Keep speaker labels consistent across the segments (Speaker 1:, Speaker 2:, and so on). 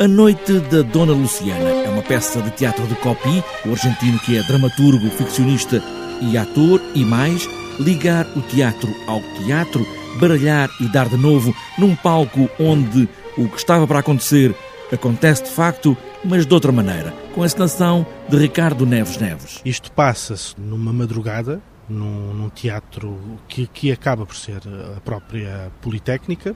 Speaker 1: A Noite da Dona Luciana é uma peça de teatro de Copi, o argentino que é dramaturgo, ficcionista e ator, e mais, ligar o teatro ao teatro, baralhar e dar de novo num palco onde o que estava para acontecer acontece de facto, mas de outra maneira, com a encenação de Ricardo Neves Neves.
Speaker 2: Isto passa-se numa madrugada, num, num teatro que, que acaba por ser a própria Politécnica,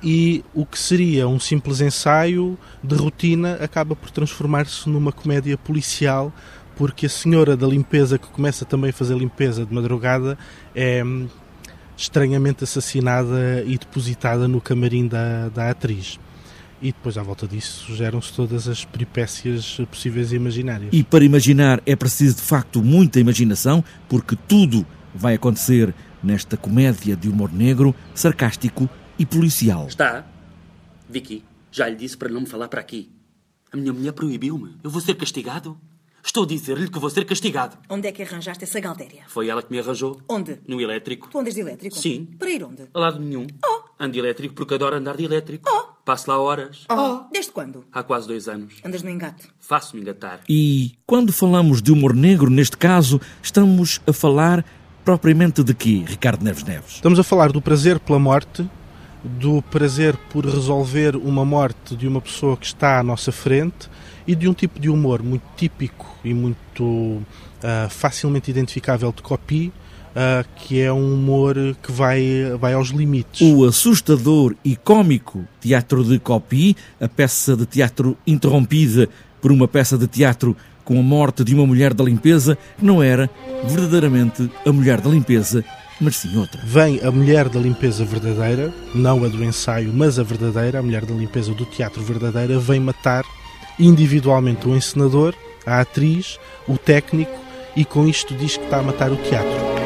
Speaker 2: e o que seria um simples ensaio de rotina acaba por transformar-se numa comédia policial, porque a senhora da limpeza, que começa também a fazer limpeza de madrugada, é hum, estranhamente assassinada e depositada no camarim da, da atriz. E depois, à volta disso, geram-se todas as peripécias possíveis e imaginárias.
Speaker 1: E para imaginar é preciso de facto muita imaginação, porque tudo vai acontecer nesta comédia de humor negro, sarcástico e policial.
Speaker 3: Está? Tá. Vicky, já lhe disse para não me falar para aqui. A minha mulher proibiu-me. Eu vou ser castigado? Estou a dizer-lhe que vou ser castigado.
Speaker 4: Onde é que arranjaste essa galtéria?
Speaker 3: Foi ela que me arranjou.
Speaker 4: Onde?
Speaker 3: No elétrico.
Speaker 4: Tu andas de elétrico?
Speaker 3: Sim.
Speaker 4: Para ir onde?
Speaker 3: A lado nenhum.
Speaker 4: Oh.
Speaker 3: Ando de elétrico porque adoro andar de elétrico.
Speaker 4: Oh.
Speaker 3: Passo lá horas.
Speaker 4: Desde quando?
Speaker 3: Há quase dois anos.
Speaker 4: Andas no engate.
Speaker 3: Faço-me engatar.
Speaker 1: E quando falamos de humor negro, neste caso, estamos a falar propriamente de quê, Ricardo Neves Neves?
Speaker 2: Estamos a falar do prazer pela morte, do prazer por resolver uma morte de uma pessoa que está à nossa frente e de um tipo de humor muito típico e muito ah, facilmente identificável de copy, ah, que é um humor que vai, vai aos limites.
Speaker 1: O assustador e cômico Teatro de Copi, a peça de teatro interrompida por uma peça de teatro com a morte de uma mulher da limpeza, que não era verdadeiramente a mulher da limpeza, mas sim outra.
Speaker 2: Vem a mulher da limpeza verdadeira, não a do ensaio, mas a verdadeira, a mulher da limpeza do teatro verdadeira, vem matar individualmente o encenador, a atriz, o técnico e com isto diz que está a matar o teatro.